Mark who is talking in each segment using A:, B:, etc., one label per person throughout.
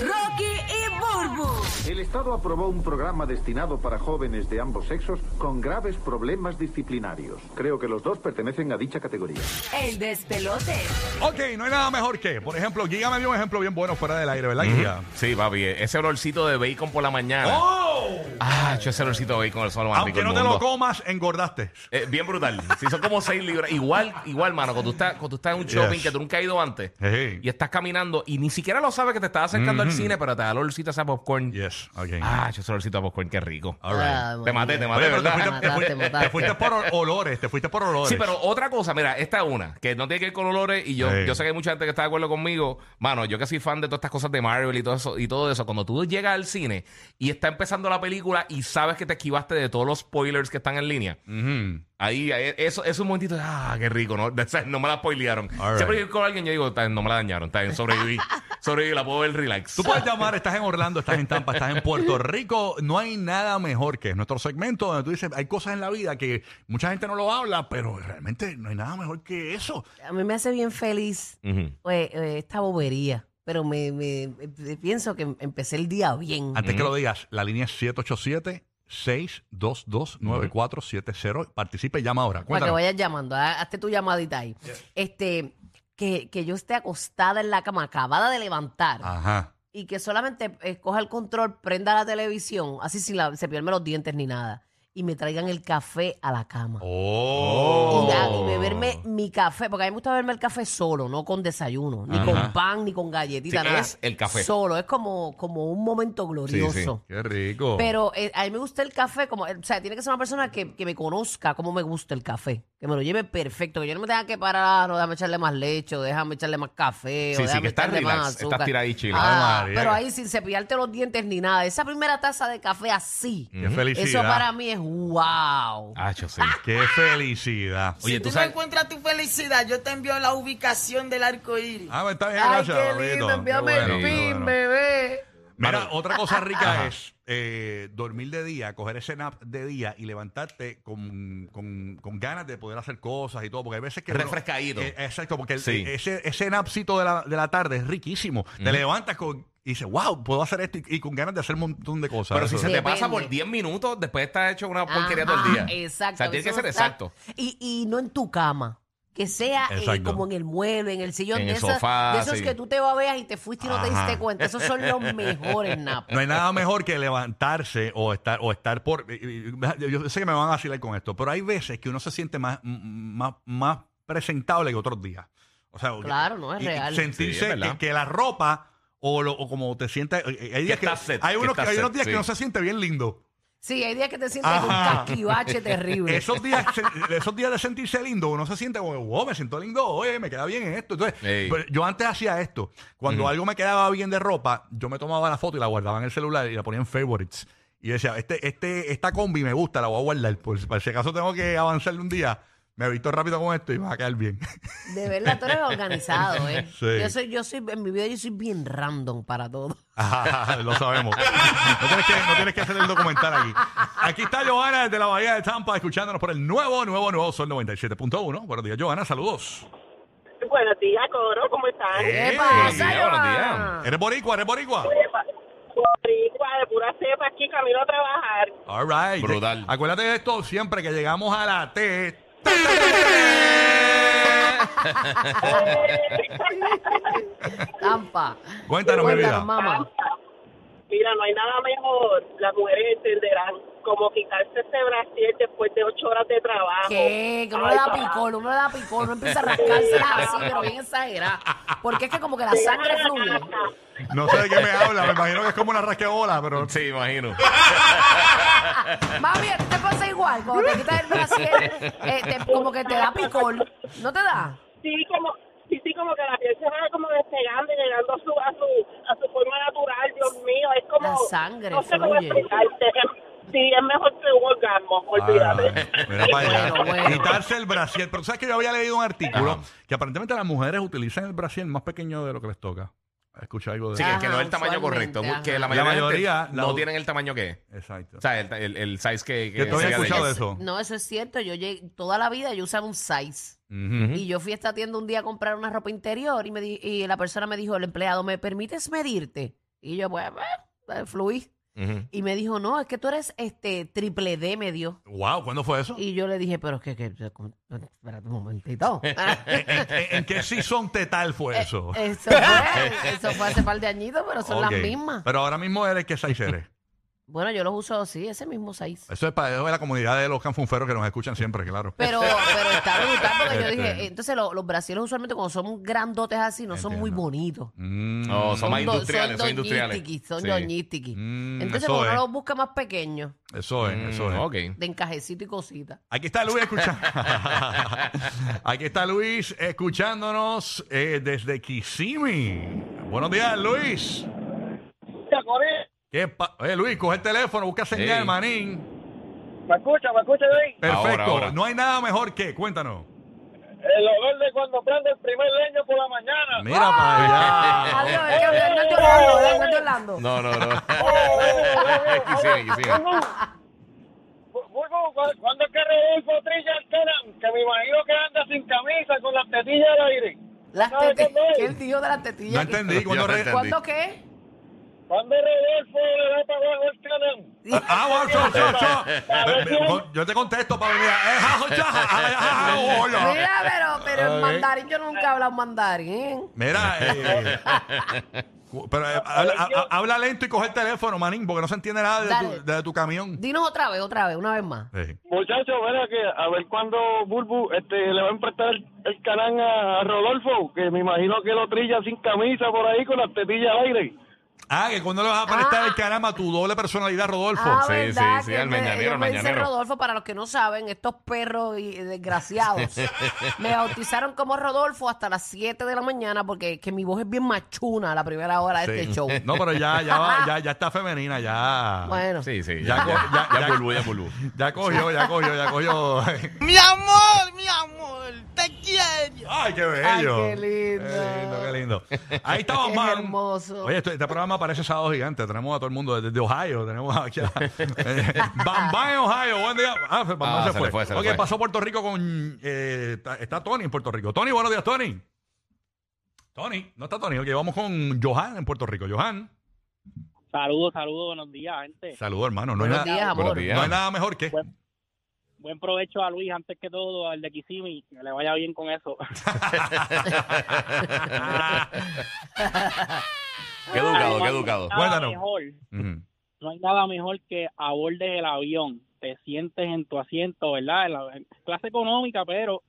A: Rocky y Burbu.
B: El Estado aprobó un programa destinado para jóvenes de ambos sexos con graves problemas disciplinarios. Creo que los dos pertenecen a dicha categoría.
A: El despelote.
C: Ok, no hay nada mejor que, por ejemplo, Giga me dio un ejemplo bien bueno fuera del aire, ¿verdad, Giga?
D: Sí, papi, ese olorcito de bacon por la mañana.
C: ¡Oh!
D: Ah, yo ese olorcito de bacon es lo más rico
C: Aunque
D: del
C: no te lo
D: mundo.
C: comas, engordaste.
D: Eh, bien brutal. Si son como 6 libras. Igual, igual, mano, cuando tú estás, cuando tú estás en un
C: Yes.
D: shopping que tú nunca has ido antes
C: Hey. Mm-hmm.
D: y estás caminando y ni siquiera lo sabes que te estás acercando al cine, pero te da el olorcito a ese popcorn.
C: Yes, ok.
D: Ah, yo ese olorcito a popcorn, qué rico.
C: All right.
E: Ah,
D: Te
E: bueno.
D: maté, te maté,
C: Oye, pero te
D: ¿verdad?
C: fuiste, te
E: Mataste,
C: fuiste-
E: mataste.
C: te fuiste por ol- olores, te fuiste por olores.
D: Sí, pero otra cosa, mira, esta es una, que no tiene que ver con olores, y yo,
C: Sí.
D: yo sé que hay mucha gente que está de acuerdo conmigo. Mano, yo que soy fan de todas estas cosas de Marvel y todo eso, y todo eso, cuando tú llegas al cine y está empezando la película y sabes que te esquivaste de todos los spoilers que están en línea,
C: Ujú.
D: ahí ahí- eso es un momentito, ah, qué rico, ¿no? O sea, no me la spoilearon.
C: All
D: Siempre
C: right.
D: que con alguien, yo digo, "Está bien, no me la dañaron, está bien, sobreviví, sobreviví, la puedo ver relax.
C: Tú puedes llamar, estás en Orlando, estás en Tampa, estás en Puerto Rico. No hay nada mejor que nuestro segmento donde tú dices, hay cosas en la vida que mucha gente no lo habla, pero realmente no hay nada mejor que eso.
E: A mí me hace bien feliz
D: Ujú.
E: pues, eh, esta bobería, pero me, me- eh, pienso que empecé el día bien.
C: Antes que lo digas, la línea es 787 622 9470 Participe, llama ahora.
E: Para que
C: Cuéntanos.
E: vayas llamando, ha- hazte tu llamadita ahí. Este, que, que yo esté acostada en la cama, acabada de levantar,
C: Ajá.
E: y que solamente eh, coja el control, prenda la televisión, así sin la, cepillarme los dientes ni nada, y me traigan el café a la cama.
C: Oh.
E: Y, da- y beberme
D: Oh.
E: mi café, porque a mí me gusta beberme el café solo, no con desayuno, ni con pan, ni con galletita,
D: Sí,
E: nada.
D: es el café.
E: Solo, es como, como un momento glorioso.
C: Qué rico.
E: Pero eh, a mí me gusta el café, como, eh, o sea, tiene que ser una persona que, que me conozca cómo me gusta el café, que me lo lleve perfecto, que yo no me tenga que parar, o déjame echarle más leche, o déjame echarle más café,
D: Sí,
E: o
D: sí,
E: déjame
D: que estás
E: echarle más
D: relax,
E: azúcar.
D: estás tirada y chila.
E: Ah,
C: Ave María.
E: pero ahí sin cepillarte los dientes ni nada. Esa primera taza de café así,
C: Qué felicidad.
E: eso para mí es wow.
D: Ah, yo sí.
C: Qué felicidad.
D: Oye,
F: si
D: tú
F: tú,
D: sabes-
F: no encuentras tu felicidad, yo te envío la ubicación del arco iris.
C: Ah, está bien,
E: Ay,
C: gracias,
E: qué lindo,
C: papito.
E: envíame
C: Qué
E: el
C: bueno, qué
E: pin,
C: bueno.
E: bebé.
C: Mira,
D: Vale.
C: otra cosa rica
D: Ajá.
C: es eh, dormir de día, coger ese nap de día y levantarte con, con- con ganas de poder hacer cosas y todo, porque hay veces que... uno-
D: Refrescaído.
C: Eh, exacto, porque el-
D: Sí.
C: ese, ese napcito de la, de la tarde es riquísimo. Te levantas con, y dices, wow, puedo hacer esto y, y con ganas de hacer un montón de cosas.
D: Pero si se te
E: Depende.
D: pasa por 10 minutos, después estás hecho una porquería
E: Ajá,
D: todo el día.
E: Exacto.
D: O sea, tiene que
E: eso
D: ser
E: está-
D: exacto.
E: Y, y no en tu cama. Que sea eh,
C: Exacto.
E: como en el mueble, en el sillón,
D: En
E: de,
D: el
E: esas-
D: sofá,
E: de esos
D: sí.
E: que tú te babeas y te fuiste y no te
C: Ajá.
E: diste cuenta. Esos son los mejores, Napo.
C: No hay nada mejor que levantarse o estar o estar por. y- y- Yo sé que me van a vacilar con esto, pero hay veces que uno se siente más, m- más, más presentable que otros días. O sea,
E: Claro, no, es
C: y- y
E: real.
D: Sí, es
C: Sentirse
D: verdad.
C: que, que la ropa o, lo- o como te sientas. eh, Hay, días que,
D: estás set,
C: hay,
D: que
C: unos, que-
D: estás
C: hay unos
D: set,
C: días
D: sí.
C: que no se siente bien lindo.
E: Sí, hay días que te sientes con un
C: Ajá.
E: casquivache terrible.
C: Esos días, se- esos días de sentirse lindo, uno se siente como, wow, me siento lindo, oye, me queda bien esto. Entonces,
D: Ey.
C: pero yo antes hacía esto. Cuando algo me quedaba bien de ropa, yo me tomaba la foto y la guardaba en el celular y la ponía en favorites. Y decía, este, este, esta combi me gusta, la voy a guardar. Por, si- por si acaso tengo que avanzarle un día, me visto rápido con esto y me va a quedar bien.
E: De verdad, tú eres organizado, ¿eh?
C: Sí.
E: Yo soy, yo soy, en mi vida yo soy bien random para todo.
C: Ajá, Lo sabemos. No tienes, que, no tienes que hacer el documental aquí. Aquí está Johanna desde la Bahía de Tampa, escuchándonos por el nuevo, nuevo, nuevo Sol 97.1. Buenos días, Johanna. Saludos.
G: Buenos días, Coro, ¿cómo están?
C: Eh.
E: ¿Qué
C: Ey,
E: pasa,
D: buenos
E: Johanna?
C: ¿Eres boricua? ¿Eres boricua?
G: Sepa, boricua, de pura cepa aquí, camino a trabajar.
C: All right.
D: Brutal.
C: Acuérdate de esto siempre que llegamos a la T.
E: Tampa.
C: Cuéntanos, mi vida.
E: mamá.
G: Mira, no hay nada mejor, las mujeres entenderán, como quitarse ese brasier después de ocho horas de trabajo.
E: ¿Qué? Que uno le
G: Ay,
E: da
G: papá.
E: picor, uno le da picor, uno empieza a rascársela así, pero bien exagerada. Porque es que como que la sangre fluye.
C: No sé de qué me habla. Me imagino que es como una rasqueola, pero.
D: Sí, imagino.
E: Mami, ¿a ti te pasa igual? Cuando te quitas el brasier, eh, te- como que te da picor. ¿No te da?
G: Sí, como, sí, sí, como que la piel se va como despegando y llegando a su, a su, a su forma natural, Dios mío, es como...
E: La sangre
G: No sé cómo
E: fluye.
G: explicarte, sí, es mejor que un orgasmo, olvídate.
C: Ah, mira para allá.
E: Bueno, bueno.
C: Quitarse el brasier. Pero sabes que yo había leído un artículo
D: Ajá.
C: que aparentemente las mujeres utilizan el brasier más pequeño de lo que les toca. Escucha algo de
D: Sí, que- que no es el
E: Ajá,
D: tamaño
E: usualmente,
D: correcto. Que la
C: ajá. La
D: mayoría,
C: mayoría,
D: de gente
C: la-
D: no tienen el tamaño que es.
C: Exacto.
D: O sea, el, el, el size que, que
C: Yo todavía he
D: sería de
C: escuchado
D: ellos.
C: eso.
E: No, eso es cierto. Yo llegué, toda la vida yo usaba un size.
C: Ujú.
E: Y yo fui a esta tienda un día a comprar una ropa interior y, me di- y la persona me dijo, el empleado, ¿me permites medirte? Y yo, pues, eh, fluí.
D: Ujú.
E: Y me dijo, no, es que tú eres este triple D, me dio.
C: Wow, ¿cuándo fue eso?
E: Y yo le dije, pero es que, que espérate un momentito.
C: ¿En, en- en qué season tetal fue
E: Eh,
C: eso?
E: Eso fue, eso fue hace par de añitos, pero son
C: Ok.
E: las mismas.
C: Pero ahora mismo eres que seis eres.
E: Bueno, yo los uso así, ese mismo seis.
C: Eso es para eso es la comunidad de los canfunferos que nos escuchan siempre, claro.
E: Pero, pero está brutal porque yo
C: Este.
E: dije, entonces lo- los brasileños usualmente cuando son grandotes así no son muy
C: Entiendo.
E: bonitos.
C: Mm,
D: No, son más
E: do-
D: industriales, son industriales.
E: doñístiquis, Son
D: Sí.
E: doñístiquis.
C: Mm,
E: Entonces
C: eso
E: cuando uno
C: es.
E: los busca más pequeños,
C: Eso es, eso
D: Mm,
C: es.
D: Ok.
E: de encajecito y cosita.
C: Aquí está Luis escuchando. Aquí está Luis escuchándonos eh, desde Kissimmee. Buenos días, Luis.
G: Ah.
C: ¿Qué pa- Oye, Luis, coge el teléfono, busca señal,
D: Ey.
C: manín.
G: ¿Me escucha? ¿Me escucha ahí?
C: Perfecto.
D: Ahora, ahora.
C: No hay nada mejor que, cuéntanos.
G: El olor de cuando prende el primer leño por la mañana.
C: Mira para allá.
E: Algo, es que Hernán de Orlando, Hernán de Orlando.
D: No, no, no.
G: Oh,
D: Quisiera, quisiera.
G: ¿Cuándo es que Rodolfo trilla el Kenan? Que me imagino que anda sin camisa, con las tetillas al aire.
E: Las
G: ¿Sabe
E: tetillas.
G: cuándo es?
E: ¿Qué él dijo de las
C: No
E: tetillas?
C: entendí.
D: Yo
C: Cuando
D: no
C: re-
D: entendí.
E: ¿Cuándo qué?
G: ¿Cuándo Rodolfo le da para abajo el Kenan?
C: Ah, bueno, yo, yo, yo.
G: ver,
C: Ve- ve-
G: ¿quién?
C: yo te contesto para venir. Eh, jajo, chaja, ay, ajá, hola.
E: Mira, pero, pero
C: Ok.
E: en mandarín yo nunca he hablado mandarín.
C: Mira, eh, cu- pero eh, habla, ha- habla lento y coge el teléfono, manín, porque no se entiende nada de
E: Dale.
C: tu, de tu camión.
E: Dinos otra vez, otra vez, una vez más.
C: Sí.
G: Muchachos, verá que a ver cuándo Bulbu este, le va a emprestar el, el canal a, a Rodolfo, que me imagino que lo trilla sin camisa por ahí con las tetillas al aire.
C: Ah, que cuando le vas a prestar
E: Ah.
C: el canal a tu doble personalidad, Rodolfo.
E: Ah,
D: Sí,
E: verdad,
D: sí, sí,
E: que
D: al
E: me-
D: mañanero,
E: yo
D: al
E: me hice
D: mañanero.
E: Rodolfo, para los que no saben, estos perros y- desgraciados me bautizaron como Rodolfo hasta las 7 de la mañana porque que mi voz es bien machuna a la primera hora de
C: Sí.
E: este show.
C: No, pero ya, ya, va- ya, ya está femenina, ya.
E: Bueno,
D: Sí, sí.
C: Ya
D: Ya,
C: co-
D: ya,
C: ya-
D: ya,
C: ya-
D: bulbú, ya bulbú.
C: Ya cogió, ya cogió, ya cogió.
F: Mi amor, mi amor, te quiero.
C: Ay, qué bello.
E: Ay, qué lindo.
C: Qué lindo, qué lindo. Ahí estamos,
E: Qué
C: man.
E: hermoso.
C: Oye, este, este programa parece sábado gigante. Tenemos a todo el mundo desde Ohio. Tenemos aquí a eh, Bambán en Ohio. Buen día. Ah, Bambán
D: Ah,
C: se,
D: se
C: fue.
D: le fue, se le
C: ok,
D: fue.
C: pasó Puerto Rico con. eh, está, está Tony en Puerto Rico. Tony, buenos días, Tony. Tony, no está Tony. Ok, vamos con Johan en Puerto Rico. Johan,
H: Saludos, saludos, buenos días, gente.
C: saludos, hermano. No hay,
E: buenos
C: nada,
E: días, amor.
D: buenos días.
C: no hay nada mejor que.
H: Buen provecho a Luis, antes que todo, al de Kisimi, que le vaya bien con eso.
D: Qué educado, qué educado.
H: Nada
C: Cuéntanos.
H: mejor,
C: Ujú.
H: no hay nada mejor que abordes el avión, te sientes en tu asiento, ¿verdad? En la en clase económica, pero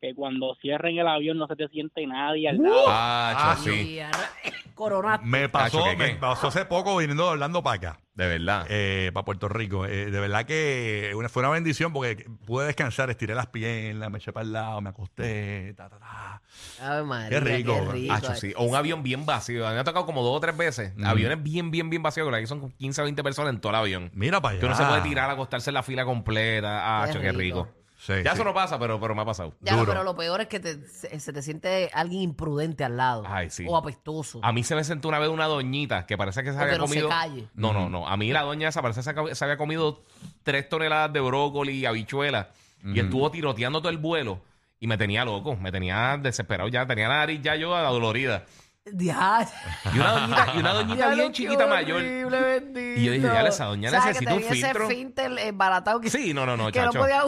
H: que cuando cierren el avión no se te siente nadie al lado.
D: Ah,
C: Ah,
D: cho, sí.
E: Y ahora- Corona.
C: Me pasó,
D: Tacho, ¿qué, qué?
C: me pasó hace poco viniendo hablando para acá,
D: De verdad.
C: eh, para Puerto Rico. Eh, de verdad que una- fue una bendición porque pude descansar, estiré las piernas, me eché para el lado, me acosté, ta, ta, ta.
E: Ave María,
C: Qué rico, bro.
D: Ah,
E: eh.
D: cho, sí. O un avión bien vacío. A mí Me ha tocado como dos o tres veces.
C: Mm.
D: Aviones bien, bien, bien vacíos. Que ahí son 15 o 20 personas en todo el avión.
C: Mira para allá.
D: Que uno se puede tirar, acostarse en la fila completa. Ah,
E: Qué
D: cho, qué
E: rico.
D: rico.
C: Sí,
D: Ya
C: sí.
D: eso no pasa, pero, pero me ha pasado.
E: Ya,
C: Duro.
E: pero lo peor es que te- se, se te siente alguien imprudente al lado.
D: Ay, sí.
E: O apestoso.
D: A mí se me sentó una vez una doñita que parece que se
E: O
D: había
E: que no se
D: comido.
E: calle.
D: No, no, no. A mí la doña esa parece que se acab- se había comido tres toneladas de brócoli y habichuelas y estuvo tiroteando todo el vuelo y me tenía loco, me tenía desesperado ya, tenía la nariz ya yo adolorida.
E: Ya.
D: Y una doñita, y una doñita
E: Diablo,
D: bien
E: qué
D: chiquita mayor.
E: horrible, bendito.
D: Y yo dije, "Diablo, esa doña
E: ¿Sabes
D: necesita
E: que
D: un
E: tenía
D: filtro?"
E: Ese finter eh, baratado que,
D: Sí, no, no, no,
E: que no
D: chacho.
E: podía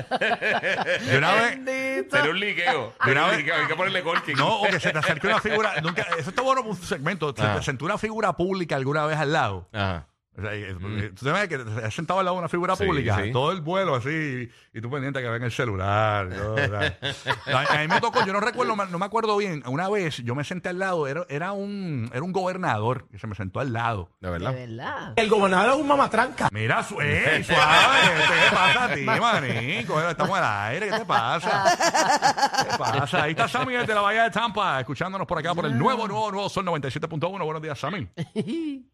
E: aguantar.
C: De una vez-
E: Bendito.
D: Tenía un liqueo.
C: Mira,
D: tenía un liqueo, hay que ponerle corking.
C: No, o que se te acerque una figura. Nunca, eso está bueno para un segmento. Se
D: Ah.
C: te sentó una figura pública alguna vez al lado.
D: Ajá.
C: O sea, eh, Tú te ves que te has sentado al lado de una figura
D: Mm. Sí,
C: pública,
D: sí.
C: todo el vuelo así, y tú pendiente que ven el celular. ¿no? O sea, a, a mí me tocó, yo no recuerdo, no me acuerdo bien, una vez yo me senté al lado, era, era un era un gobernador que se me sentó al lado.
D: De
E: De
D: verdad.
E: verdad.
C: Mira, su, ey, suave, ¿qué te pasa a ti, manico? Estamos al aire, ¿qué te pasa? ¿Qué pasa? Ahí está Sammy desde la Bahía de Tampa, escuchándonos por acá por el nuevo, nuevo, nuevo Sol 97.1. Buenos días, Sammy.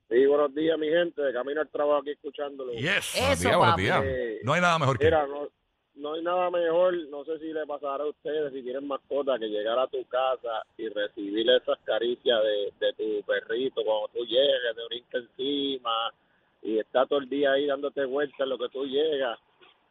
G: Sí, buenos días, mi gente. De camino al trabajo aquí escuchándolo.
C: Yes.
E: Eso,
D: días, buenos
E: papi.
D: días.
G: Eh,
C: No hay nada mejor que...
G: mira, no, no hay nada mejor, no sé si le pasará a ustedes, si tienen mascota, que llegar a tu casa y recibir esas caricias de, de tu perrito cuando tú llegas, te brinca encima y está todo el día ahí dándote vueltas en lo que tú llegas.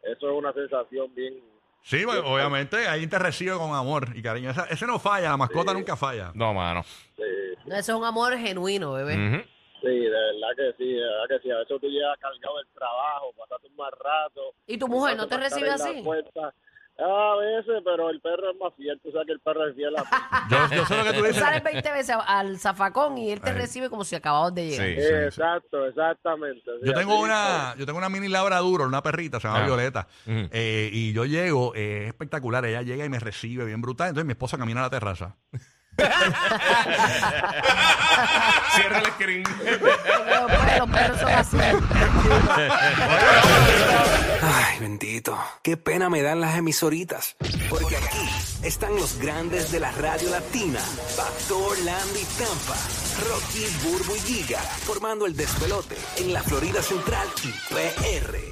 G: Eso es una sensación bien...
C: Sí, bueno, obviamente, ahí te recibe con amor y cariño. Esa- ese no falla, la mascota nunca falla.
D: No, mano.
G: eh,
E: No, Eso es un amor genuino, bebé.
D: Ujú.
G: Sí, de verdad que sí, de verdad que sí. A veces tú llegas cargado del trabajo, pasaste un mal rato.
E: ¿Y tu mujer no te
G: Pasaste
E: recibe
G: más tarde en
E: así?
G: la puerta. A veces, pero el perro es más fiel. Tú sabes que el perro es fiel a ti.
C: Yo, yo sé lo que tú
E: Tú
C: dices.
E: sales 20 veces al zafacón y él te
C: Ay.
E: recibe como si acababas de llegar.
D: Sí, sí, sí.
G: Exacto, exactamente. sí,
C: Yo tengo
G: así
C: una, yo tengo una mini labradura, una perrita, se llama
D: Ah.
C: Violeta.
D: Ujú.
C: Eh, y yo llego, eh, es espectacular. Ella llega y me recibe bien brutal. Entonces mi esposa camina a la terraza.
D: Cierra el screen.
E: Porque los perros- los perros son así.
I: Ay, bendito. Qué pena me dan las emisoritas. Porque aquí están los grandes de la radio latina. Pastor, Landy, Tampa. Rocky, Burbu y Giga. Formando el despelote en la Florida Central y PR.